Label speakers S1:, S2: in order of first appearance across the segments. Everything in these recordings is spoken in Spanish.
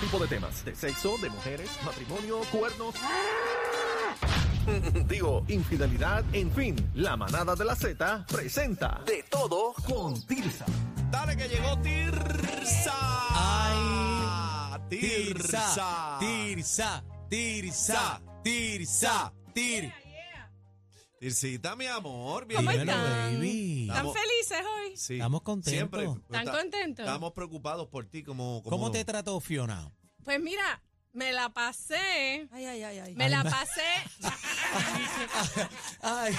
S1: tipo de temas. De sexo, de mujeres, matrimonio, cuernos. Digo, infidelidad, en fin. La manada de la Z presenta
S2: De todo.
S1: con Tirsa.
S3: Dale que llegó Tirsa.
S4: Ay,
S3: Tirsa.
S4: Tirsa, Tirsa, Tirsa, Tirsa, Tir.
S3: Tirsita, mi amor. Bien.
S5: ¿Cómo
S4: Dímelo,
S5: están?
S4: baby.
S5: ¿Están
S3: Estamos-
S5: felices hoy?
S6: Pues
S3: Sí,
S4: Estamos contentos.
S3: Siempre.
S5: ¿Están
S3: Está-
S5: contentos?
S3: Estamos preocupados por ti. Como, como,
S4: ¿Cómo te trató Fiona?
S5: Pues mira, me la pasé.
S6: Ay, ay, ay, ay.
S5: Me la pasé.
S4: Ay,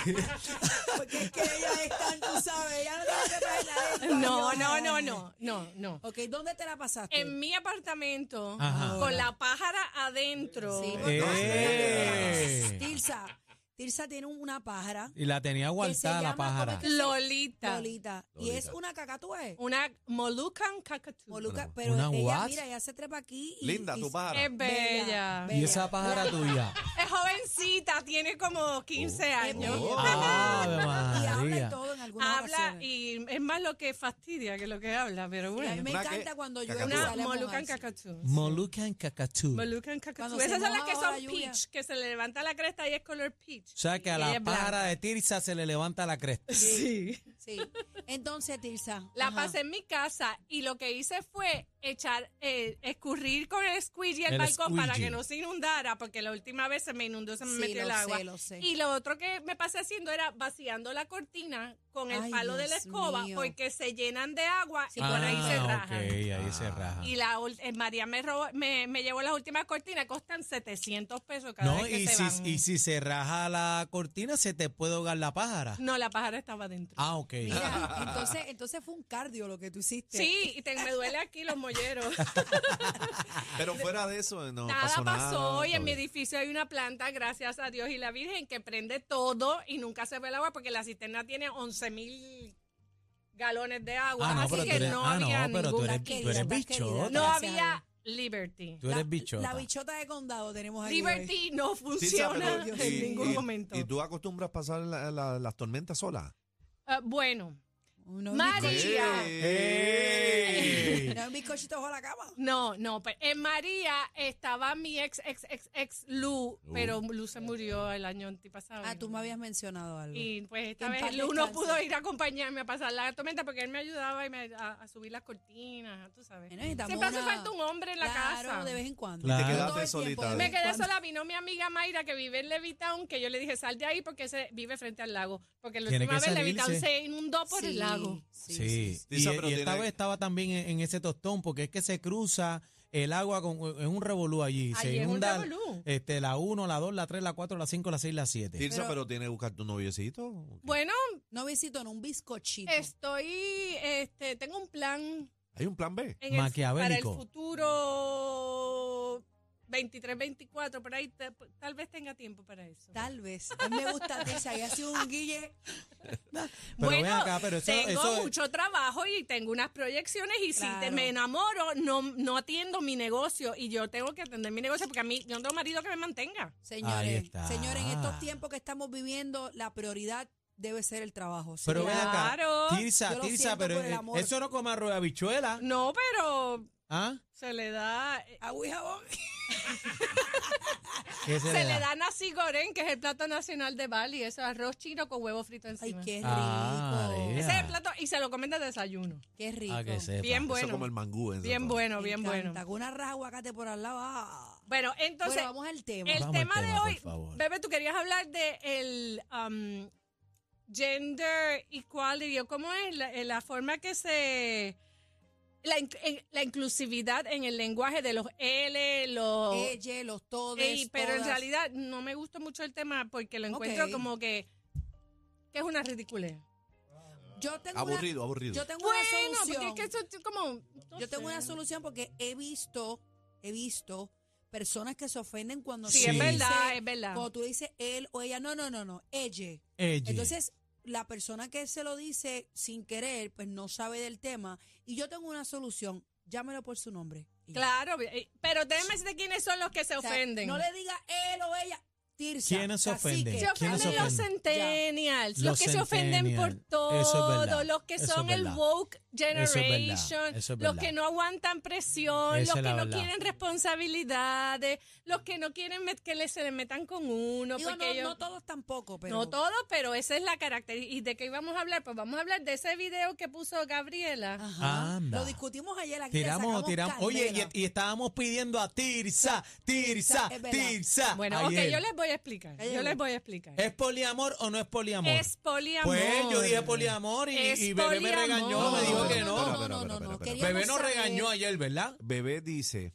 S6: Porque es que ella es tan, tú sabes, ella no tiene que bailar esto.
S5: No,
S6: Ay,
S5: no,
S6: ay,
S5: no,
S6: ay.
S5: no, no, no.
S6: Ok, ¿dónde te la pasaste?
S5: En mi apartamento,
S4: Ajá.
S5: con la pájara adentro.
S6: Sí,
S4: Eh.
S6: porque- Tirsa. Tirsa tiene una pájara.
S4: y la tenía guardada la
S6: llama
S4: pájara.
S6: como que-
S5: Eh, Lolita.
S6: Lolita. Y es una cacatúe.
S5: Una Molucan Cacatú.
S6: Moluca, pero
S4: ¿Una
S6: ella,
S4: what?
S6: mira, ella se trepa aquí. Y,
S3: Linda,
S6: y-
S3: tu pájara.
S5: Es bella.
S6: Bella.
S4: Y esa pájara tuya.
S5: Es jovencita, tiene como 15
S6: Es bella.
S5: años.
S4: Ave
S6: Y habla
S4: María.
S6: y todo en oh. algunas
S5: Habla
S6: ocasiones.
S5: y es más lo que fastidia que lo que habla, pero
S6: Y a mí
S5: bueno.
S6: me
S3: Una
S6: encanta
S3: que-
S6: cuando yo
S3: cacatúa.
S5: Una
S3: sale
S5: Molucan Cacatú.
S4: Molucan Cacatú. O
S5: Molucan cacatú.
S6: Cuando se
S5: Esas son las
S6: moja
S5: que
S6: ahora,
S5: son
S6: Lluvia.
S5: peach, que se le levanta la cresta y es color peach.
S4: sea que a
S5: Y
S4: la
S5: es blanca.
S4: pájara de Tirsa se le levanta la cresta.
S5: Sí.
S6: Sí. Entonces, Tirsa.
S5: La
S6: ajá.
S5: pasé en mi casa y lo que hice fue echar, eh, escurrir con el squeegee el,
S4: El
S5: balcón para
S4: squeegee.
S5: que no se inundara, porque la última vez se me inundó, se me
S6: Sí,
S5: metió el
S6: lo
S5: agua.
S6: sé, lo sé.
S5: Y lo otro que me pasé haciendo era vaciando la cortina con el
S6: Ay,
S5: palo de la
S6: Dios
S5: escoba,
S6: mío.
S5: porque se llenan de agua
S6: Sí,
S5: y por ahí se
S4: Ah, ok,
S5: rajan.
S4: ahí se raja.
S5: Y la ul- eh, María me, robó, me, me llevó las últimas cortinas, costan 700 pesos cada
S4: No,
S5: vez que
S4: y
S5: se van.
S4: si, y si se raja la cortina, se te puede ahogar la pájara.
S5: No, la pájara estaba dentro.
S4: Ah, ok.
S6: Mira, entonces, entonces fue un cardio lo que tú hiciste.
S5: Sí, y te, me duele aquí los molleros.
S3: Pero fuera de eso, no
S5: nada
S3: pasó
S5: pasó
S3: nada.
S5: y en mi edificio hay una planta, gracias a Dios y la Virgen, que prende todo y nunca se ve el agua porque la cisterna tiene 11 mil galones de agua.
S4: Ah, no, pero tú
S5: así que
S4: eres,
S5: no
S4: ah,
S5: había
S4: no, pero tú
S5: ningún-
S4: eres,
S6: querida,
S4: tú eres
S6: estás querida.
S4: bichota.
S5: no
S6: gracias a
S5: había
S6: Dios.
S5: Liberty.
S4: Tú
S6: La-
S4: eres bichota.
S6: La bichota de condado tenemos aquí. hoy.
S5: Liberty no
S3: Tirsa, pero-
S5: funciona
S6: Dios
S5: en
S6: mío.
S5: ningún
S3: y-
S5: momento.
S3: ¿Y tú acostumbras pasar la- la- las tormentas solas?
S5: Ah, bueno,
S6: Unos
S5: María.
S3: ¡Ey!
S6: bizcochitos- unos bizcochitos bajo la cama.
S5: No, no, pero en María estaba mi ex, ex, ex, ex Lu, pero Lu se murió el año antipasado.
S6: Ah, tú me habías mencionado algo.
S5: Y pues esta
S6: En
S5: vez
S6: paz
S5: Lu no
S6: descanse.
S5: pudo ir a acompañarme a pasar la tormenta porque él me ayudaba y me, a, a subir las cortinas, tú sabes.
S6: Bueno, necesitamos
S5: Siempre hace
S6: una-
S5: falta un hombre en la
S6: claro,
S5: casa.
S6: de vez en cuando.
S4: Claro.
S3: Te
S6: No
S3: quedaste
S6: todo el
S3: solita.
S6: tiempo, de
S5: Me
S6: vez en
S5: quedé
S6: cuando.
S5: sola, vino mi amiga Mayra que vive en Levitown, que yo le dije, sal de ahí porque se vive frente al lago. Porque la
S4: Tiene
S5: última
S4: que
S5: vez Levitown
S4: salirse.
S5: se inundó por el lago.
S4: Sí,
S3: sí.
S4: Y, e,
S3: Esa,
S4: y
S3: pero
S4: esta
S3: tiene-
S4: vez estaba también en, en ese tostón, porque es que se cruza el agua con, en un revolú allí. se
S5: Allí es un
S4: inunda
S5: revolú.
S4: este, la 1, la 2, la 3, la 4, la 5, la 6, la 7.
S3: Tirsa,
S6: Pero-
S3: pero tienes que buscar tu noviecito.
S5: Bueno,
S6: No visito, no un bizcochito.
S5: estoy, este, tengo un plan
S3: Hay un plan B.
S5: en el- para el
S4: Maquiavélico.
S5: futuro 23, 24, por ahí ta- tal vez tenga tiempo para eso.
S6: Tal vez. A mí me gusta Tirsa. Había sido un guille.
S4: Pero ven acá, pero eso-
S5: tengo
S4: eso-
S5: mucho trabajo y tengo unas proyecciones y si te-
S6: Claro.
S5: me enamoro, no, no atiendo mi negocio y yo tengo que atender mi negocio porque a mí yo no tengo marido que me mantenga.
S4: Ahí
S6: Señores,
S4: está.
S6: señores, en estos tiempos que estamos viviendo, la prioridad debe ser el trabajo. sí.
S4: Pero
S5: Claro.
S4: ven acá.
S6: Yo
S4: Tirsa,
S6: lo
S4: Tirsa,
S6: siento
S4: pero
S6: por el
S4: eh,
S6: amor.
S4: eso no come arroz de habichuela.
S5: No, pero
S4: ¿Ah?
S5: se le da... eh,
S6: Agua y jabón.
S4: ¿Qué
S5: Se le da nasi goreng, que es el plato nacional de Bali, eso arroz chino con huevo frito
S6: Ay,
S5: encima.
S6: qué rico.
S4: Ah, yeah.
S5: Ese es el plato y se lo comen de desayuno.
S6: Qué rico.
S4: Ah, que sepa.
S5: Bien
S3: Eso como el
S5: bueno.
S3: mangú. ¿eh? en
S5: Bien
S3: Santo
S5: bueno,
S6: Me
S5: bien bueno.
S6: encanta, Con una raja de aguacate por al lado. ah.
S5: Bueno, entonces
S6: bueno, vamos al tema.
S5: El
S4: Vamos al
S5: tema, de
S4: tema, por
S5: hoy,
S4: favor.
S5: Bebe, tú querías hablar de el um, gender equality o cómo es la, eh, la forma que se la, in- eh, la inclusividad en el lenguaje de los L, los
S6: Ella, los todos.
S5: Ey, pero en
S6: Eh, todas.
S5: realidad no me gusta mucho el tema porque lo encuentro
S6: Ok.
S5: como que que es una ridiculez.
S6: Yo tengo una-
S3: Aburrido, aburrido.
S6: Yo tengo
S5: Bueno,
S6: una
S5: porque
S6: solución.
S5: es que eso es como no
S6: yo tengo
S5: sé.
S6: una solución porque he visto, he visto personas que se ofenden cuando
S5: Sí,
S6: tú
S4: Sí.
S5: es
S6: le
S5: verdad,
S6: dices-
S5: es verdad.
S6: Cuando tú le dices él o ella, no, no, no, no, ella.
S4: Ella.
S6: Entonces, la persona que se lo dice sin querer, pues no sabe del tema. Y yo tengo una solución. Llámelo por su nombre. Y ya.
S5: Claro, eh, pero déjame decirte quiénes son los que se
S6: O sea,
S5: ofenden.
S6: No le diga él o ella. Tirsa.
S4: ¿Quiénes se
S6: cacique.
S4: ofenden?
S5: Se
S4: ¿Quiénes
S5: ofenden los
S4: ofenden?
S5: centennials, los,
S4: Los
S5: que se ofenden por
S4: centennials. Eso es
S5: todo,
S4: verdad,
S5: los que
S4: eso
S5: son
S4: es
S5: el
S4: verdad.
S5: woke
S4: es verdad,
S5: Generation,
S4: eso es
S5: los
S4: verdad.
S5: que no aguantan presión,
S4: Esa
S5: los
S4: es la
S5: que no
S4: verdad.
S5: quieren responsabilidades, los que no quieren met- que le- se le metan con uno.
S6: Digo,
S5: porque
S6: no,
S5: ellos-
S6: no todos tampoco, pero.
S5: no todo, pero esa es la característica. ¿Y de qué íbamos a hablar? Pues vamos a hablar de ese video que puso Gabriela.
S6: Ajá.
S4: Anda.
S6: Lo discutimos ayer aquí. le
S4: Tiramos,
S6: sacamos
S4: tiramos. Oye,
S6: candela.
S4: y, y estábamos pidiendo a Tirsa, Tirsa,
S6: Es verdad.
S4: Tirsa.
S5: Bueno,
S4: ayer.
S5: ok, yo les voy a explicar.
S6: Ayer.
S5: Yo les voy a explicar.
S4: ¿Es poliamor o no es poliamor?
S5: Es poliamor.
S4: Pues yo dije poliamor y,
S5: Es
S4: y Bebé me
S5: poliamor.
S4: regañó, me dijo que no.
S6: No, no, no,
S3: Espera,
S6: no,
S3: espera,
S6: no,
S3: espera,
S6: queríamos
S4: Bebé nos
S6: saber.
S4: regañó ayer, ¿verdad?
S3: Bebé dice,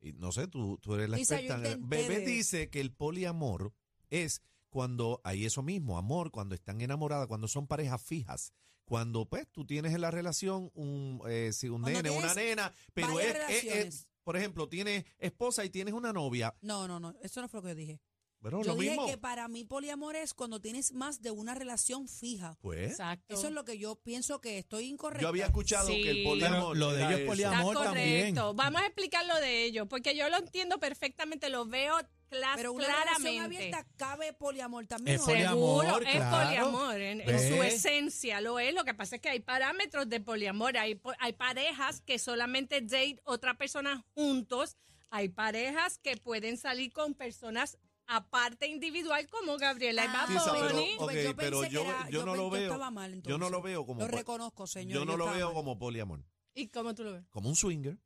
S3: y no sé, tú, tú eres la
S6: Lisa, yo
S3: experta. en el-
S6: intenté
S3: Bebé
S6: de-
S3: dice que el poliamor es cuando hay eso mismo, amor, cuando están enamoradas, cuando son parejas fijas. Cuando pues tú tienes en la relación un, eh, si un
S6: Cuando
S3: nene, una
S6: tienes
S3: nena, pero es,
S6: varias
S3: es- es-
S6: relaciones.
S3: por ejemplo, tienes esposa y tienes una novia,
S6: No, no, no. Eso no fue lo que yo dije.
S3: pero lo
S6: yo dije
S3: mismo.
S6: que para mí poliamor es cuando tienes más de una relación fija.
S3: Pues,
S5: Exacto.
S6: Eso es lo que yo pienso que estoy incorrecta.
S3: yo había escuchado
S5: Sí.
S3: que el
S4: Pero
S3: poliamor
S4: lo de
S3: era
S4: ellos es
S3: eso.
S5: Está
S4: poliamor
S5: correcto.
S4: también.
S5: Vamos a explicar lo de ellos, porque yo lo entiendo perfectamente, lo veo clas-
S6: Pero una relación
S5: claramente.
S6: abierta cabe poliamor también.
S4: Es
S6: ¿o no?
S4: poliamor.
S5: Seguro, es
S4: claro.
S5: poliamor en, en
S4: ¿Ves?
S5: su esencia, lo es. Lo que pasa es que hay parámetros de poliamor. Hay, po- hay parejas que solamente date otra persona juntos. Hay parejas que pueden salir con personas aparte individual, como Gabriela
S6: Ah,
S5: y
S3: Sí,
S5: Bad
S3: sabe, pero-
S4: oh,
S5: Bunny.
S3: ok,
S6: yo pensé
S3: pero
S6: que
S3: yo-
S6: era-
S3: yo no
S6: pe-
S3: lo veo.
S6: estaba mal,
S3: Yo no
S6: entonces.
S3: lo veo como
S6: Lo
S3: pol-
S6: reconozco, señor.
S3: Yo no lo
S6: estaba
S3: veo
S6: mal.
S3: como poliamor,
S5: ¿Y cómo tú lo ves?
S3: como un swinger.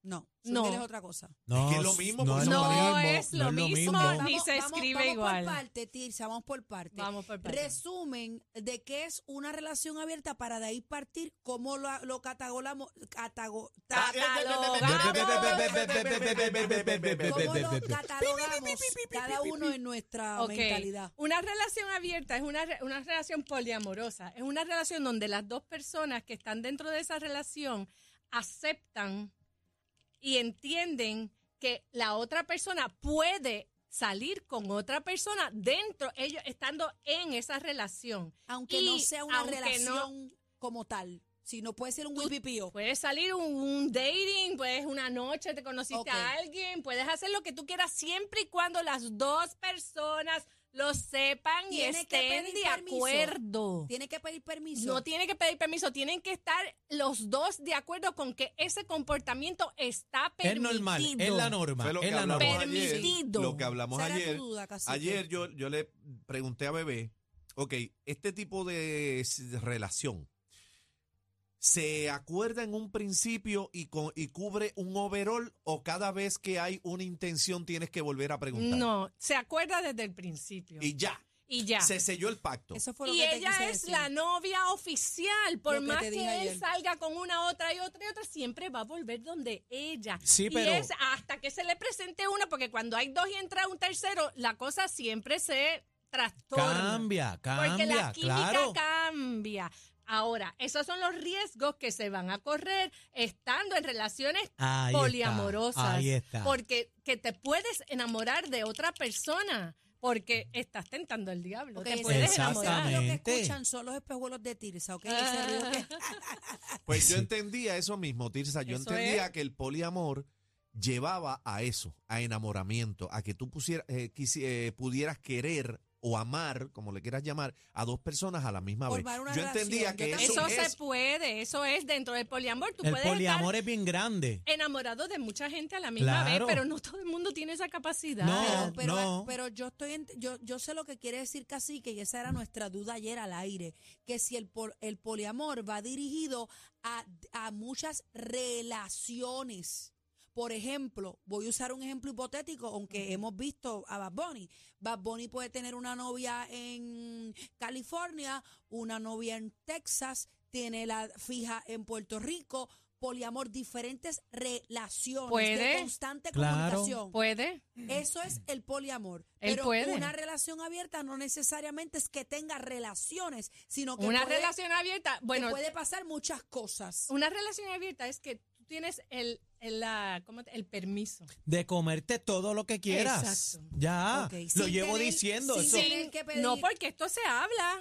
S6: No,
S5: No.
S6: no. es otra cosa.
S4: No,
S3: Es que es lo mismo,
S4: no,
S3: porque
S4: es,
S3: son
S4: lo
S5: parejas.
S4: mismo,
S5: No es lo
S4: no es lo
S5: mismo,
S4: mismo.
S5: ni- se escribe igual.
S6: Vamos por parte, Tirsa, vamos por parte.
S5: Vamos por partes.
S6: Resumen de qué es una relación abierta para de ahí partir cómo lo, lo catalogamos. catago-
S3: Ah,
S6: ta-
S3: eh, eh,
S6: cómo lo catalogamos cada uno en nuestra
S5: Ok.
S6: mentalidad.
S5: Una relación abierta es una, re- una relación poliamorosa. Es una relación donde las dos personas que están dentro de esa relación aceptan y entienden que la otra persona puede salir con otra persona dentro, ellos estando en esa relación.
S6: Aunque
S5: Y
S6: no sea una
S5: aunque no-
S6: relación como tal, sino puede ser un
S5: Tú-
S6: wipipío.
S5: Puedes salir un, un dating, puedes una noche, te conociste
S6: Ok.
S5: a alguien, puedes hacer lo que tú quieras siempre y cuando las dos personas lo sepan y
S6: Tiene que
S5: estén
S6: pedir
S5: de
S6: permiso.
S5: acuerdo.
S6: Tiene que pedir permiso.
S5: Pues, No tiene que pedir permiso, tienen que estar los dos de acuerdo con que ese comportamiento está
S4: Es
S5: permitido.
S4: normal, es la norma.
S3: Fue lo
S4: es
S3: que
S4: la
S3: hablamos
S4: norma.
S3: ayer.
S5: Permitido.
S3: Lo que hablamos
S6: Sara, tu
S3: ayer.
S6: duda, cacique.
S3: Ayer yo, yo le pregunté a Bebé, ok, este tipo de s- relación se acuerda en un principio y, co- y cubre un overall o cada vez que hay una intención tienes que volver a preguntar.
S5: No, se acuerda desde el principio.
S3: Y
S5: Y,
S3: ya,
S5: ya.
S3: se selló el pacto.
S6: Eso fue lo
S5: Y
S6: que te
S5: ella
S6: quise
S5: es
S6: decir.
S5: la novia oficial. Por
S6: Lo que
S5: más
S6: te
S5: que,
S6: dije
S5: él
S6: ayer.
S5: salga con una, otra y otra y otra, siempre va a volver donde ella.
S4: Sí,
S5: y
S4: pero-
S5: es hasta que se le presente una, porque cuando hay dos y entra un tercero, la cosa siempre se trastorna.
S4: Cambia,
S5: Porque la
S4: cambia,
S5: química
S4: claro.
S5: cambia. Ahora, esos son los riesgos que se van a correr estando en relaciones
S4: Ahí está,
S5: poliamorosas.
S4: ahí está.
S5: Porque que te puedes enamorar de otra persona porque estás tentando al diablo.
S6: Ok,
S5: te
S6: ese-
S5: puedes
S6: ese ruido
S5: enamorar.
S6: que
S4: Exactamente.
S6: escuchan son los espejuelos de Tirsa, ¿ok? Ese ruido que-
S3: Pues yo entendía eso mismo, Tirsa. Yo
S5: Eso
S3: entendía que el poliamor llevaba a eso, a enamoramiento, a que tú pusieras, eh, quisi- eh, pudieras querer o amar, como le quieras llamar, a dos personas a la misma vez.
S6: Formar una
S3: Yo entendía
S6: relación,
S3: que
S6: yo
S3: eso,
S5: Eso
S3: es
S5: se puede, eso es dentro del poliamor. Tú
S4: El
S5: puedes
S4: poliamor es bien grande.
S5: estar enamorado de mucha gente a la misma
S4: Claro.
S5: vez, pero no todo el mundo tiene esa capacidad.
S4: No,
S6: pero, pero,
S4: no.
S6: pero yo estoy ent- yo, yo sé lo que quiere decir Cacique y esa era nuestra duda ayer al aire, que si el, pol- el poliamor va dirigido a, a muchas relaciones. Por ejemplo, voy a usar un ejemplo hipotético, aunque hemos visto a Bad Bunny. Bad Bunny puede tener una novia en California, una novia en Texas, tiene la fija en Puerto Rico, poliamor, diferentes relaciones
S5: Puede.
S6: de constante
S4: Claro.
S6: comunicación.
S5: Puede.
S6: Eso es el poliamor.
S5: Él
S6: pero
S5: puede.
S6: una relación abierta no necesariamente es que tenga relaciones, sino que,
S5: Una
S6: puede,
S5: relación abierta.
S6: que
S5: Bueno,
S6: puede pasar muchas cosas.
S5: Una relación abierta es que tú tienes el, el, la- ¿cómo te- el permiso.
S4: De comerte todo lo que quieras.
S5: Exacto.
S4: Ya,
S6: Ok,
S4: lo
S6: sin
S4: llevo
S6: tener-
S4: diciendo.
S6: sin
S4: eso-
S6: tener- Tienes que pedir-
S5: No, porque esto se habla.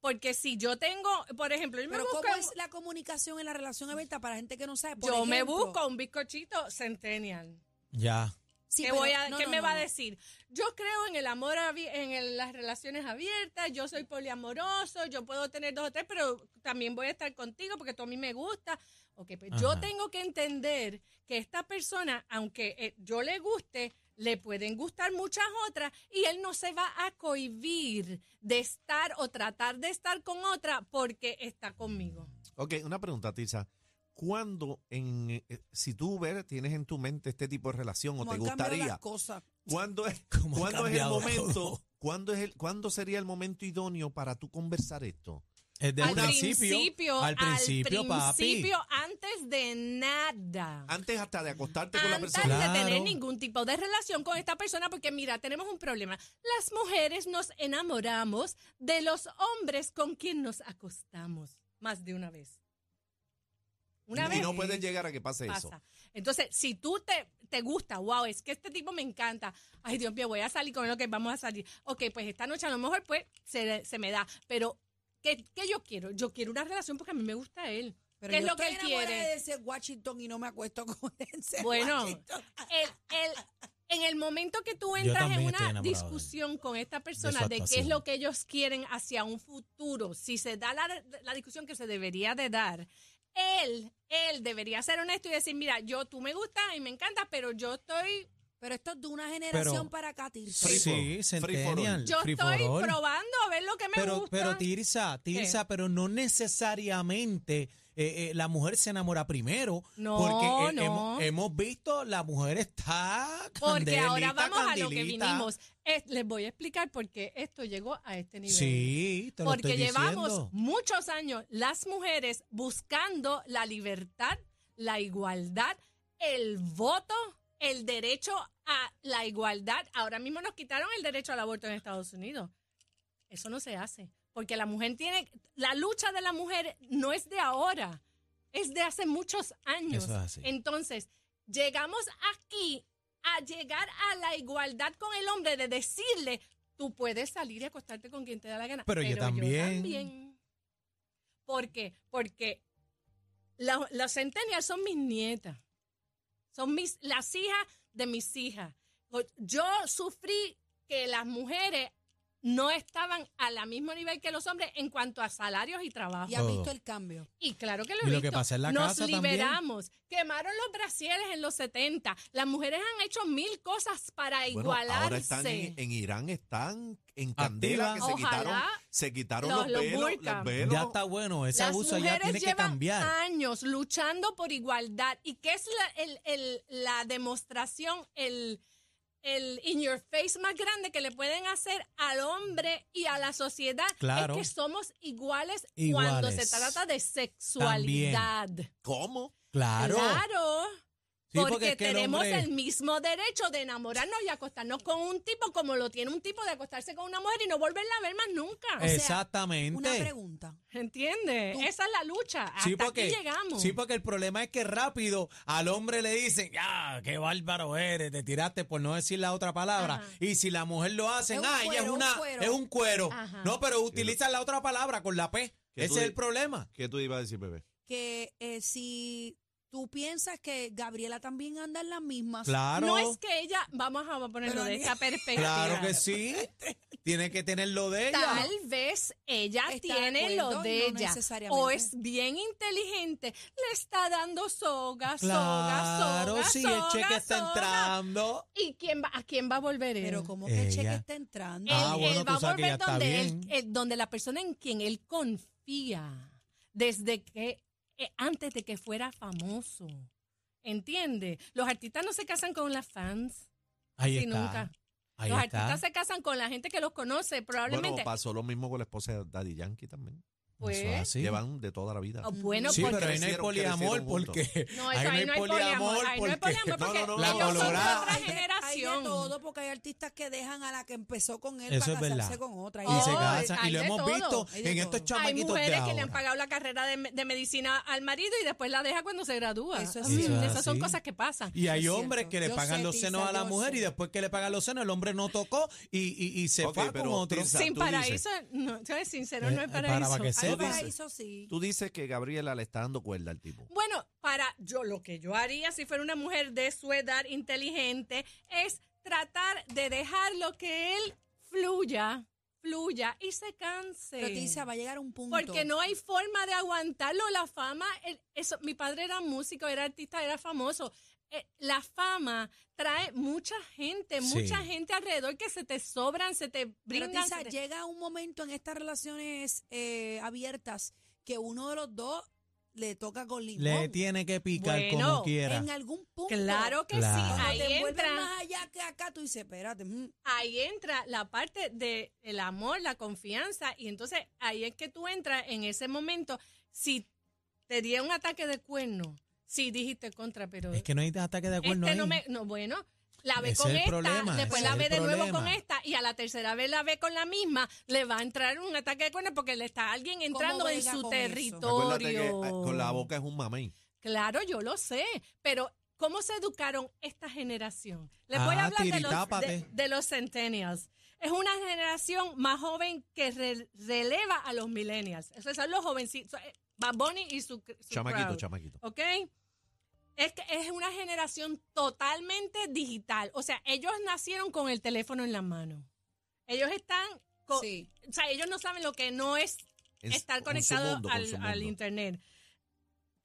S5: Porque si yo tengo, por ejemplo, yo me,
S6: Pero
S5: busco,
S6: ¿cómo es la comunicación en la relación abierta para gente que no sabe? Por
S5: yo me
S6: ejemplo,
S5: busco un bizcochito centennial.
S4: Ya.
S6: Sí,
S5: ¿Qué,
S6: pero-
S5: voy a-
S6: no,
S5: qué
S6: no,
S5: me
S6: no,
S5: va a
S6: no.
S5: decir? Yo creo en el amor, abi- en el- las relaciones abiertas, yo soy poliamoroso, yo puedo tener dos o tres, pero también voy a estar contigo porque tú a mí me gusta. Ok, pues yo
S4: Ajá.
S5: tengo que entender que esta persona, aunque eh, yo le guste, le pueden gustar muchas otras y él no se va a cohibir de estar o tratar de estar con otra porque está conmigo.
S3: Ok, una pregunta, Tirsa. ¿Cuándo, en, eh, si tú ver, tienes en tu mente este tipo de relación o
S6: Cómo
S3: te
S6: han cambiado las
S3: gustaría,
S6: cosas.
S3: ¿cuándo es,
S4: ¿Cómo ha
S3: ¿cuándo es el
S4: cambiado
S3: momento?
S4: todo?
S3: ¿Cuándo, es el, ¿Cuándo sería el momento idóneo para tú conversar esto?
S4: Desde
S5: al
S4: el principio,
S5: principio,
S4: al principio, papi.
S5: principio, antes de nada.
S3: Antes hasta de acostarte con la
S5: antes
S3: persona.
S5: de tener
S4: Claro.
S5: ningún tipo de relación con esta persona, porque mira, tenemos un problema. Las mujeres nos enamoramos de los hombres con quien nos acostamos más de una vez. Una
S3: y
S5: vez
S3: no puedes llegar a que pase eso.
S5: pasa. Entonces, si tú te, te gusta, wow, es que este tipo me encanta. Ay, Dios mío, voy a salir con lo que vamos a salir. Ok, pues esta noche a lo mejor pues se, se me da. Pero, ¿qué, ¿qué yo quiero? Yo quiero una relación porque a mí me gusta él.
S6: Pero
S5: ¿Qué es
S6: yo
S5: lo que
S6: estoy
S5: él
S6: enamorada
S5: quiere?
S6: de ese Washington y no me acuesto con ese
S5: Bueno,
S6: Washington.
S5: el- el- en el momento que
S4: Yo
S5: tú entras en
S4: también estoy
S5: una
S4: enamorado de él.
S5: discusión con esta persona
S4: su
S5: de, qué es
S4: actuación.
S5: lo que ellos quieren hacia un futuro, si se da la, la discusión que se debería de dar, él, él debería ser honesto y decir, mira, yo tú me gustas y me encantas, pero yo estoy,
S6: Pero esto es de una generación para acá, Tirso.
S3: Free for all.
S4: Sí, Centennial.
S5: yo
S4: free for
S5: estoy
S4: all.
S5: probando a ver lo que me
S4: pero,
S5: gusta.
S4: pero Tirsa, Tirsa, pero no necesariamente eh, eh, la mujer se enamora primero.
S5: No,
S4: porque eh,
S5: no.
S4: Hemos, hemos visto, la mujer está
S5: porque
S4: candelita,
S5: ahora vamos a lo que
S4: candilita.
S5: vinimos. Es- les voy a explicar por qué esto llegó a este nivel.
S4: Sí, te lo
S5: Porque
S4: estoy
S5: llevamos
S4: diciendo.
S5: muchos años las mujeres buscando la libertad, la igualdad, el voto, el derecho a la igualdad. Ahora mismo nos quitaron el derecho al aborto en Estados Unidos. Eso no se hace. Porque la mujer tiene. La lucha de la mujer no es de ahora, es de hace muchos años.
S4: Eso es así.
S5: Entonces, llegamos aquí a llegar a la igualdad con el hombre, de decirle, tú puedes salir y acostarte con quien te da la gana.
S4: Pero yo también.
S5: ¿Por qué? Porque la- los centennials son mis nietas. Son mis, las hijas de mis hijas. Yo sufrí que las mujeres no estaban a la mismo nivel que los hombres en cuanto a salarios y trabajo.
S6: Y ha
S4: Todo.
S6: visto el cambio.
S5: Y claro que lo,
S4: Y
S5: he
S4: lo que
S5: visto.
S4: pasa en la
S5: Nos
S4: casa también.
S5: liberamos. Quemaron los brasiles en los 70. Las mujeres han hecho mil cosas para
S3: Bueno,
S5: E igualarse.
S3: ahora están en, en Irán, están en candela, que se
S5: Ojalá
S3: quitaron, se quitaron
S5: los-
S3: los,
S5: los
S3: velos,
S5: burka.
S3: los velos.
S4: ya está bueno, ese
S5: Las
S4: abuso ya
S5: mujeres
S4: tiene que
S5: llevan
S4: cambiar.
S5: años luchando por igualdad. ¿Y qué es la, el- el- la demostración, el, el in your face más grande que le pueden hacer al hombre y a la sociedad?
S4: Claro.
S5: Es que somos iguales, cuando se
S4: Iguales.
S5: trata de sexualidad.
S3: ¿Cómo?
S4: Claro.
S5: Claro.
S4: Sí,
S5: porque
S4: porque es que el
S5: tenemos el,
S4: hombre-
S5: mismo derecho de enamorarnos y acostarnos con un tipo como lo tiene un tipo de acostarse con una mujer y no volverla a ver más nunca.
S6: sea,
S4: Exactamente.
S6: Una pregunta.
S5: ¿Entiendes?
S6: Tú-
S5: Esa es la lucha. Hasta
S4: Sí porque,
S5: aquí llegamos.
S4: sí, porque el problema es que rápido al hombre le dicen, ya, qué bárbaro eres, te tiraste por no decir la otra palabra.
S5: Ajá.
S4: Y si la mujer lo hacen,
S6: Es un
S4: ah, ella es,
S6: cuero, un
S4: una,
S6: cuero".
S4: es un cuero.
S5: Ajá.
S4: No, pero utilizan la otra palabra con la P.
S3: Que tú
S4: Ese es
S3: di-
S4: el problema.
S3: ¿Qué tú ibas a decir, bebé?
S6: Que eh, si tú piensas que Gabriela también anda en las mismas.
S4: Claro,
S5: No es que ella, vamos a ponerlo
S6: Pero
S5: de
S6: ni-
S5: esta perspectiva.
S4: claro que sí. Tiene que tener lo de ella.
S5: Tal vez ella
S6: Está de
S5: tiene
S6: acuerdo
S5: lo
S6: y no
S5: de ella.
S6: necesariamente.
S5: O es bien inteligente. Le está dando soga,
S4: Claro,
S5: soga, soga.
S4: sí,
S5: soga,
S4: el cheque está
S5: soga.
S4: entrando.
S5: ¿Y quién va, a quién va a volver él?
S6: Pero como que el cheque
S4: Ella.
S6: está entrando.
S5: Él,
S4: Ah,
S5: él
S4: bueno, tú
S5: eh, va a
S4: sabes que ya
S5: volver
S4: está
S5: donde, él-
S4: bien.
S5: él- donde la persona en quien él confía, desde que, eh, antes de que fuera famoso. ¿Entiende? Los artistas no se casan con las fans,
S4: Ahí
S5: sí,
S4: está.
S5: nunca.
S4: Ahí
S5: los
S4: está.
S5: artistas se casan con la gente que los conoce,
S3: Bueno,
S5: probablemente.
S3: pasó lo mismo con la esposa de Daddy Yankee también.
S5: pues,
S4: Eso es así.
S3: Llevan de toda la vida.
S5: oh, bueno,
S4: sí,
S5: porque-
S4: pero ahí no hay
S3: crecieron- crecieron
S4: poliamor
S3: juntos.
S4: porque
S5: No, eso ahí no hay poliamor. Ahí no hay poliamor porque
S3: No, no, no,
S4: la
S5: ellos son de
S4: colorada-
S5: otra
S6: Hay de- Hay de
S5: generación.
S6: todo porque hay artistas que dejan a la que empezó con él
S4: Eso
S6: para
S4: es
S6: casarse
S4: verdad.
S6: con otra.
S4: y se
S5: Oh,
S4: casan.
S5: hay
S4: Y lo
S5: de
S4: hemos
S5: todo,
S4: visto
S6: hay de
S4: en
S6: todo.
S4: estos
S5: Hay
S4: chamaquitos de
S5: mujeres que le
S4: ahora.
S5: han pagado la carrera de, de medicina al marido y después la deja cuando se gradúa.
S6: Eso es
S5: Mm,
S6: cierto.
S5: Esas son
S4: Así.
S5: cosas que pasan.
S4: Y hay
S6: Es
S4: hombres
S6: cierto.
S4: que le
S6: Yo
S4: pagan
S6: sé,
S4: los
S6: Tirsa,
S4: senos a la
S6: yo
S4: mujer
S6: sé.
S4: y después que le pagan los senos, el hombre no tocó y, y, y se
S3: Ok,
S4: fue con
S3: pero,
S4: otro.
S3: Tirsa,
S5: Sin
S3: tú dices-
S5: paraíso, no, yo es sincero,
S4: Eh,
S5: no hay
S4: para-
S5: paraíso.
S4: para que
S5: Ay,
S4: sepas.
S6: Hay
S3: dices-
S6: paraíso, sí.
S3: Tú dices que Gabriela le está dando cuerda al tipo.
S5: Bueno, para yo lo que yo haría si fuera una mujer de su edad inteligente es tratar de dejar lo que él fluya, fluya y se canse.
S6: Pero Tiza, va a llegar un punto.
S5: Porque no hay forma de aguantarlo. La fama, el- eso, mi padre era músico, era artista, era famoso. Eh, la fama trae mucha gente,
S4: Sí.
S5: mucha gente alrededor que se te sobran, se te
S6: Pero,
S5: brindan.
S6: Tiza,
S5: se te-
S6: llega un momento en estas relaciones eh, abiertas que uno de los dos le toca con limón.
S4: Le tiene que picar como
S5: Bueno,
S4: quiera.
S6: En algún punto.
S5: Claro que
S4: Claro.
S5: sí,
S6: cuando
S5: ahí
S6: te envuelves
S5: entra.
S6: más allá que acá, tú dices, espérate. mm,
S5: ahí entra la parte del el amor, la confianza, y entonces ahí es que tú entras en ese momento. Si te diera un ataque de cuerno, si dijiste contra, pero
S4: Es que no hay ataque de acuerdo
S5: este
S4: ahí.
S5: no me. No, bueno, la ve
S4: Ese
S5: con
S4: es el
S5: esta,
S4: problema,
S5: después
S4: ese
S5: la
S4: es
S5: ve
S4: el
S5: de nuevo
S4: problema.
S5: con esta, y a la tercera vez la ve con la misma, le va a entrar un ataque de cuerno porque le está alguien entrando en
S6: brega
S5: su
S6: con eso?
S5: territorio.
S3: Acuérdate
S4: eh,
S3: que ah, con la boca es un mamey.
S5: Claro, yo lo sé, pero ¿cómo se educaron esta generación? Les
S4: Ah,
S5: voy a hablar de los,
S4: tiritápate.
S5: de, de los centennials. Es una generación más joven que re- releva a los millennials. Esos son los jovencitos. eh, Bad Bunny y su, su
S3: Chamaquito,
S5: crowd,
S3: chamaquito.
S5: ¿Ok? Es que es una generación totalmente digital. O sea, ellos nacieron con el teléfono en la mano. Ellos están... co-
S6: sí.
S5: O sea, ellos no saben lo que no es
S3: Es
S5: estar
S3: con su
S5: conectado
S3: mundo, con
S5: al,
S3: su
S5: al
S3: mundo.
S5: internet.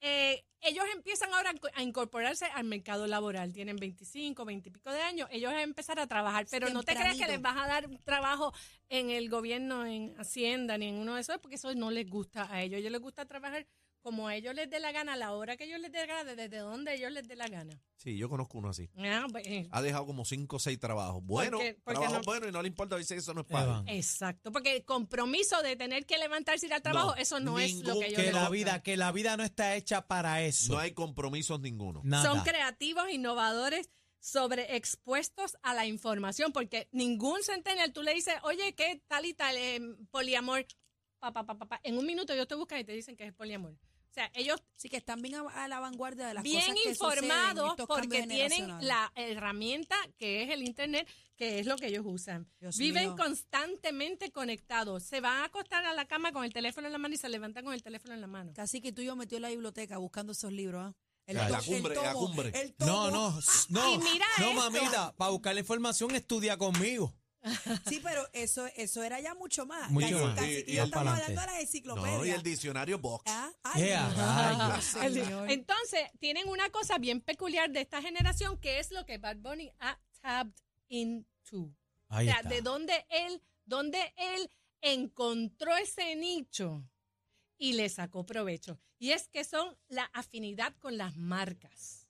S5: Eh, ellos empiezan ahora a inco- a incorporarse al mercado laboral. Tienen 25, 20 y pico de años. Ellos van a empezar a trabajar, pero no te creas que les
S6: Tempranito.
S5: vas a dar un trabajo en el gobierno, en Hacienda, ni en uno de esos, porque eso no les gusta a ellos. A ellos les gusta trabajar como a ellos les dé la gana, a la hora que ellos les dé la gana, desde donde ellos les dé la gana.
S3: Sí, yo conozco uno así.
S5: Ah, pues, eh,
S3: Ha dejado como cinco o seis trabajos. Bueno,
S5: Porque- porque
S3: trabajos
S5: no-
S3: buenos y no le importa, dice eso no es
S4: Evan.
S3: padre.
S5: Exacto, porque el compromiso de tener que levantarse y ir al trabajo,
S3: No,
S5: eso no es lo
S3: ningún-
S5: que ellos
S4: Que
S5: les
S4: la
S5: gusta.
S4: vida, que la vida no está hecha para eso.
S3: No hay compromisos ninguno.
S4: Nada.
S5: Son creativos, innovadores, sobreexpuestos a la información, porque ningún centennial tú le dices, oye, ¿qué tal y tal eh, poliamor? Pa, pa, pa, pa, pa. En un minuto ellos te buscan y te dicen que es poliamor. O sea, ellos
S6: Sí, que están bien a, a la vanguardia de las
S5: bien
S6: cosas que suceden en
S5: informados
S6: estos cambios
S5: porque tienen
S6: generacionales.
S5: la herramienta que es el Internet, que es lo que ellos usan.
S6: Dios
S5: Viven
S6: mío.
S5: constantemente conectados. Se van a acostar a la cama con el teléfono en la mano y se levantan con el teléfono en la mano.
S6: Casi que tú y yo metió en la biblioteca buscando esos libros. ¿ah? El
S3: La
S6: to-
S3: cumbre,
S6: el tomo,
S3: la cumbre.
S6: el
S4: No,
S6: tomo.
S4: no, s- no.
S5: Ah, Y mira
S4: no,
S5: esto.
S4: mamita, para buscar la información estudia conmigo.
S6: Sí, pero eso, eso era ya mucho más.
S4: Mucho
S6: Casi-
S4: más.
S6: casi
S3: Y-
S6: que
S3: y
S6: ya
S3: al
S6: estamos
S4: pa'lante.
S6: hablando de las
S3: No, y
S6: enciclopedias.
S3: el diccionario box.
S6: Ah, ay,
S4: Yeah,
S6: Dios
S4: rayos.
S6: mío, señor.
S5: Entonces, tienen una cosa bien peculiar de esta generación que es lo que Bad Bunny ha tapped into. O
S4: Ahí
S5: sea,
S4: está.
S5: de donde él, donde él encontró ese nicho y le sacó provecho. Y es que son la afinidad con las marcas.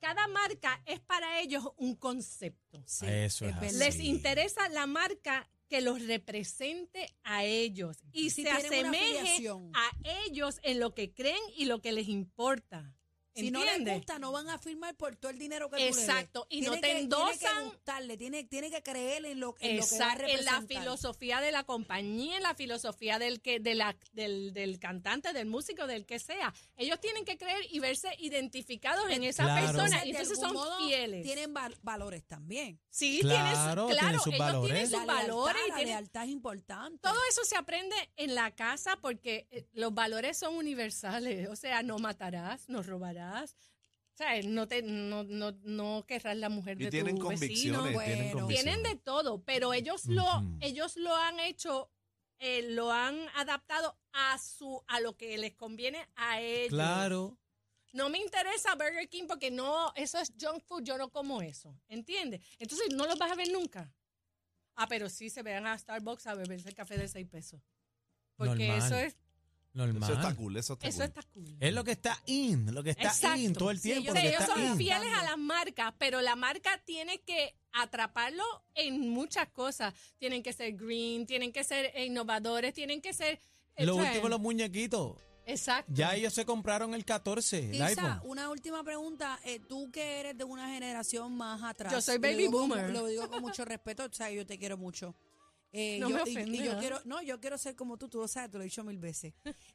S5: Cada marca es para ellos un concepto.
S6: Sí,
S4: Eso es
S6: verdad.
S5: Les
S4: Sí.
S5: interesa la marca que los represente a ellos y
S6: Si
S5: se
S6: tienen una
S5: asemeje
S6: afiliación.
S5: a ellos en lo que creen y lo que les importa.
S6: Si no les
S5: ¿Entiendes?
S6: gusta, no van a firmar por todo el dinero que tú le des.
S5: Exacto, y no
S6: Tiene
S5: te
S6: que- Tiene que
S5: endosan.
S6: gustarle, tiene, tiene que creer en lo, en lo que va a
S5: Exacto, en la
S6: representar.
S5: filosofía de la compañía, en la filosofía del que de la- del, del cantante, del músico, del que sea. Ellos tienen que creer y verse identificados en esa
S4: Claro.
S5: persona.
S6: de
S5: Y entonces
S6: algún
S5: son
S6: modo,
S5: fieles.
S6: Tienen val- valores también.
S5: sí,
S4: Claro,
S5: tienes,
S4: tienen
S5: claro,
S4: sus
S5: ellos
S4: valores.
S5: tienen sus
S6: La
S5: valores
S6: lealtad,
S5: y
S6: la
S5: tienen
S6: lealtad es importante.
S5: Todo eso se aprende en la casa porque eh, los valores son universales. O sea, no matarás, no robarás. O sea, no, te, no, no, no querrás la mujer
S3: Y
S5: de
S3: tienen
S5: tu
S3: convicciones,
S5: vecino.
S3: tienen
S6: Bueno.
S3: convicciones.
S5: Tienen de todo, pero ellos lo,
S4: Ujú.
S5: ellos lo han hecho, eh, lo han adaptado a su, a lo que les conviene a ellos.
S4: Claro.
S5: No me interesa Burger King porque no, eso es junk food, yo no como eso. ¿Entiendes? Entonces no los vas a ver nunca. Ah, pero sí se vean a Starbucks a beberse el café de seis pesos. Porque
S4: Normal.
S5: eso es,
S4: Normal.
S3: Eso está cool, eso está
S5: eso
S3: cool.
S5: está cool.
S4: Es lo que está in, lo que está
S5: Exacto.
S4: in todo el
S6: Sí,
S4: tiempo.
S5: O
S4: lo
S5: sea,
S4: que
S5: ellos
S4: está
S5: son
S4: in.
S5: fieles a las marcas, pero la marca tiene que atraparlo en muchas cosas. Tienen que ser green, tienen que ser eh, innovadores, tienen que ser... eh,
S4: Lo
S5: o sea,
S4: último, los muñequitos.
S5: Exacto.
S4: Ya ellos se compraron el 14, el
S6: Isa,
S4: iPhone.
S6: una última pregunta. Eh, tú que eres de una generación más atrás.
S5: Yo soy
S6: y lo
S5: baby
S6: digo con-
S5: boomer.
S6: lo digo con mucho respeto. O sea, yo te quiero mucho. Eh,
S5: No
S6: yo,
S5: me
S6: y- y
S5: ofendas.
S6: yo quiero, no, yo quiero ser como tú. Tú lo sabes, te lo he dicho mil veces.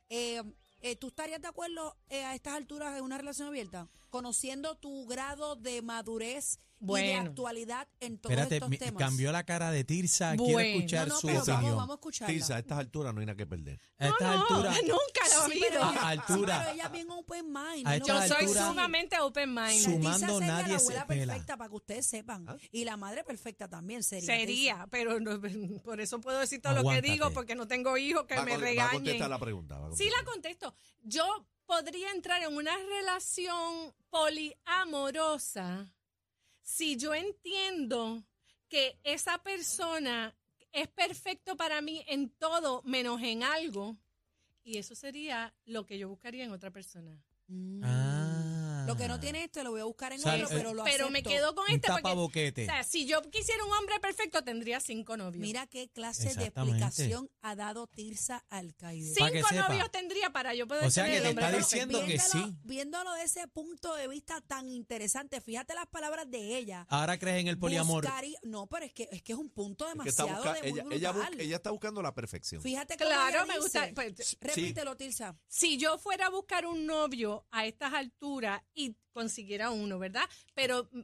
S6: Eh, eh, ¿Tú estarías de acuerdo eh, a estas alturas de una relación abierta? Conociendo tu grado de madurez y de
S5: Bueno.
S6: actualidad en todos
S4: Espérate,
S6: estos
S4: mi-
S6: temas.
S4: cambió la cara de Tirsa.
S5: Bueno.
S4: Quiero escuchar
S6: no, no,
S4: su
S6: pero
S4: opinión.
S6: Vamos, vamos a escucharla.
S3: Tirsa, a estas alturas no hay nada que perder.
S4: A esta
S5: no,
S4: altura.
S5: nunca lo
S6: Sí,
S5: olvido.
S6: pero ella-
S4: A altura.
S6: sí, pero ella es bien open mind.
S4: A
S6: no
S4: esta
S5: Yo
S6: va
S5: soy
S4: altura-
S5: sumamente open mind.
S4: Su-
S6: Tirsa
S4: Sumando,
S6: sería
S4: nadie
S6: la
S4: se
S6: abuela
S4: pela. Ah.
S6: perfecta para que ustedes sepan. Y la madre perfecta también sería. Tirsa.
S5: Sería, pero no- por eso puedo decir todo lo
S4: Aguántate.
S5: que digo, porque no tengo hijos que
S3: Va a
S5: me
S3: con- va a
S5: regañen.
S3: contestar la pregunta. va a
S5: Sí la
S3: contestar.
S5: contesto. Yo podría entrar en una relación poliamorosa si yo entiendo que esa persona es perfecto para mí en todo menos en algo. Y eso sería lo que yo buscaría en otra persona.
S6: Mm.
S4: Ah.
S6: Lo que no tiene este lo voy a buscar en
S4: O sea,
S6: otro,
S4: eh,
S6: pero lo
S5: me
S6: acepto.
S5: quedo con
S4: Un
S5: esta porque
S4: tapaboquete.
S5: o sea, si yo quisiera un hombre perfecto tendría cinco novios.
S6: Mira qué clase de
S4: Exactamente.
S6: explicación ha dado Tirsa Alcaide.
S4: Pa' que
S5: cinco
S4: sepa.
S5: novios tendría para yo poder
S4: O sea,
S5: tener
S4: que te
S5: el
S4: está
S5: hombre perfecto.
S4: diciendo que
S6: viéndolo,
S4: sí.
S6: Viéndolo de ese punto de vista tan interesante, fíjate las palabras de ella.
S4: Ahora crees en Ah, el poliamor.
S6: Buscaría- no, pero es que, es que es un punto
S3: Es que está
S6: demasiado
S3: busca-
S6: de-
S3: ella,
S6: brutal.
S3: ella bu- ella está buscando la perfección.
S6: Fíjate cómo
S5: Claro,
S6: ella
S5: me gusta.
S6: dice.
S5: pues,
S6: Repítelo, Tirsa.
S5: si yo fuera a buscar un novio a estas alturas y consiguiera uno, ¿verdad? Pero mm,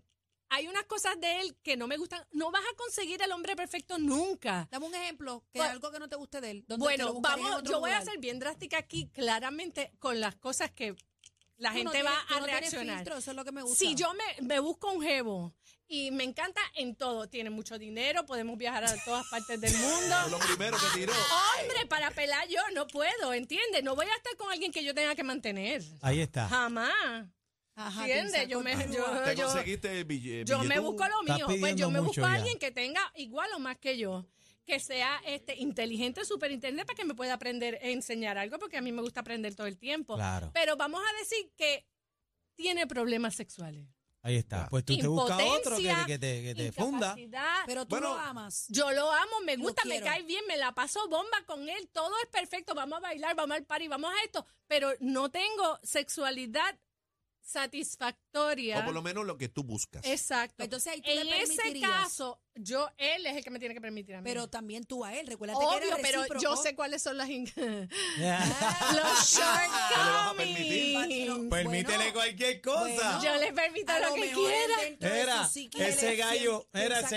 S5: hay unas cosas de él que no me gustan. No vas a conseguir el hombre perfecto nunca.
S6: Dame un ejemplo, que
S5: Bueno,
S6: algo que no te guste de él. donde te lo
S5: Pues, Bueno,
S6: buscarías en
S5: vamos,
S6: otro
S5: yo voy a
S6: lugar.
S5: ser bien drástica aquí, claramente, con las cosas que la
S6: Tú no
S5: gente va
S6: tienes- tú
S5: a
S6: no tienes
S5: reaccionar.
S6: filtro, eso es lo que me gusta.
S5: Si yo me, me busco un jevo y me encanta en todo, tiene mucho dinero, podemos viajar a todas partes del
S3: Fue
S5: mundo.
S3: lo primero que tiró.
S5: Hombre, para pelar yo no puedo, ¿entiendes? No voy a estar con alguien que yo tenga que mantener.
S4: Ahí está.
S5: Jamás.
S6: Ajá,
S5: ¿Entiendes?
S6: Tirsa,
S5: Yo me-
S6: continúa.
S5: yo-
S3: Te conseguiste el bille-
S5: Yo me
S3: billetú.
S5: busco lo
S4: Eh, Estás
S5: mío. Pues
S4: pidiendo
S5: yo me
S4: mucho
S5: busco a
S4: ya.
S5: alguien que tenga igual o más que yo. Que sea este inteligente, súper inteligente, para que me pueda aprender e enseñar algo, porque a mí me gusta aprender todo el tiempo.
S4: Claro.
S5: Pero vamos a decir que tiene problemas sexuales.
S4: Ahí está. Pues tú te buscas otro que, que te, que te funda.
S5: incapacidad.
S6: Pero tú
S3: Bueno,
S6: lo amas.
S5: Yo lo amo, me
S6: Lo
S5: gusta, me
S6: quiero.
S5: cae bien, me la paso bomba con él, todo es perfecto, vamos a bailar, vamos al party, vamos a esto, pero no tengo sexualidad satisfactoria.
S3: O por lo menos lo que tú buscas.
S5: Exacto.
S6: Entonces ahí tú
S5: en
S6: le
S5: ese
S6: permitirías.
S5: caso, yo, él es el que me tiene que permitir a mí.
S6: Pero también tú a él. Recuérdate que
S5: Obvio,
S6: era
S5: pero yo
S6: recíproco.
S5: sé cuáles son las... in-
S6: Ah,
S3: vas
S5: Los
S3: a permitir?
S5: shortcomings.
S6: Permítele
S4: cualquier
S6: cosa.
S5: Yo les permito
S6: A
S5: lo
S6: lo
S5: que
S6: mejor él
S5: quiera.
S6: dentro de su psique, él es quien piensa que está.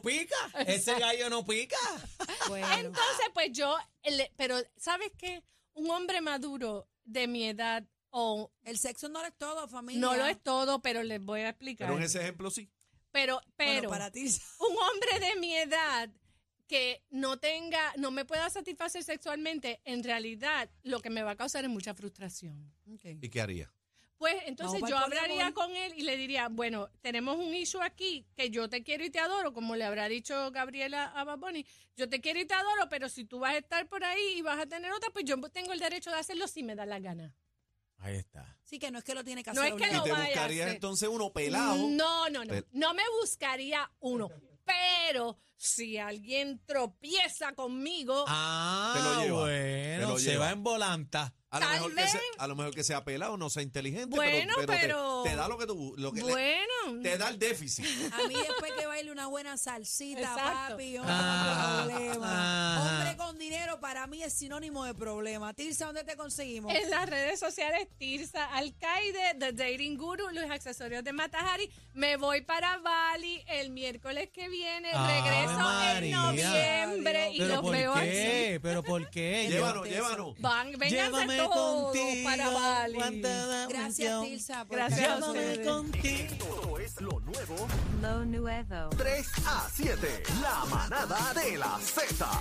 S4: pica. Ese gallo no pica.
S6: Bueno.
S5: Entonces, pues yo... el- pero, ¿sabes qué? Un hombre maduro de mi edad o...
S6: El sexo no lo es todo, familia.
S5: No lo es todo, pero les voy a explicar.
S3: Pero en ese ejemplo sí.
S5: pero,
S6: Bueno,
S5: pero
S6: para ti.
S5: un hombre de mi edad que no tenga, no me pueda satisfacer sexualmente, en realidad lo que me va a causar es mucha frustración.
S3: ¿Y qué haría?
S5: Pues entonces
S6: Vamos
S5: yo
S6: para el
S5: hablaría
S6: poliamor.
S5: con él y le diría, bueno, tenemos un issue aquí que yo te quiero y te adoro, como le habrá dicho Gabriela a Baboni, yo te quiero y te adoro, pero si tú vas a estar por ahí y vas a tener otra, pues yo tengo el derecho de hacerlo si me da la gana.
S4: Ahí está.
S6: Sí, que no es que lo tiene que
S5: No
S6: hacer.
S5: es que
S3: y
S5: lo
S6: obligado.
S3: te
S5: vaya a
S3: buscarías
S5: hacer.
S3: entonces uno pelado.
S5: No, no, no,
S3: Pel-
S5: no me buscaría uno, pero si alguien tropieza conmigo,
S4: Ah,
S3: Te lo lleva,
S4: bueno.
S3: te lo
S4: se
S3: lleva.
S4: va en volanta.
S3: A lo,
S5: Tal
S3: mejor que
S5: vez.
S3: sea, a lo mejor que sea pelado, no sea inteligente,
S5: Bueno,
S3: pero, pero, te-
S5: pero-
S3: Te, da lo que tú lo que le-
S5: bueno,
S3: te da el déficit.
S6: A mí después que baile una buena salsita,
S5: Exacto.
S6: papi, yo no
S4: Ah,
S6: tengo problema.
S4: ah.
S6: Hombre con dinero para mí es sinónimo de problema. Tirsa, ¿dónde te conseguimos?
S5: en las redes sociales Tirsa Alcaide, The Dating Guru, los accesorios de Matajari, me voy para Bali el miércoles que viene,
S4: Ave
S5: regreso en
S4: María.
S5: noviembre y
S4: Pero
S5: los
S4: ¿por
S5: veo aquí.
S4: qué? Pero ¿por qué?
S3: llévanos,
S6: Esa.
S3: llévanos.
S5: Van, vénganse todos para Bali.
S4: Guantanamo,
S6: Gracias, Tirsa. por
S5: Gracias
S6: estar
S5: a
S6: con
S5: ustedes.
S6: nosotros.
S1: Esto
S4: contigo.
S1: es lo nuevo
S2: Lo nuevo.
S1: 3 a 7. La manada de la Z.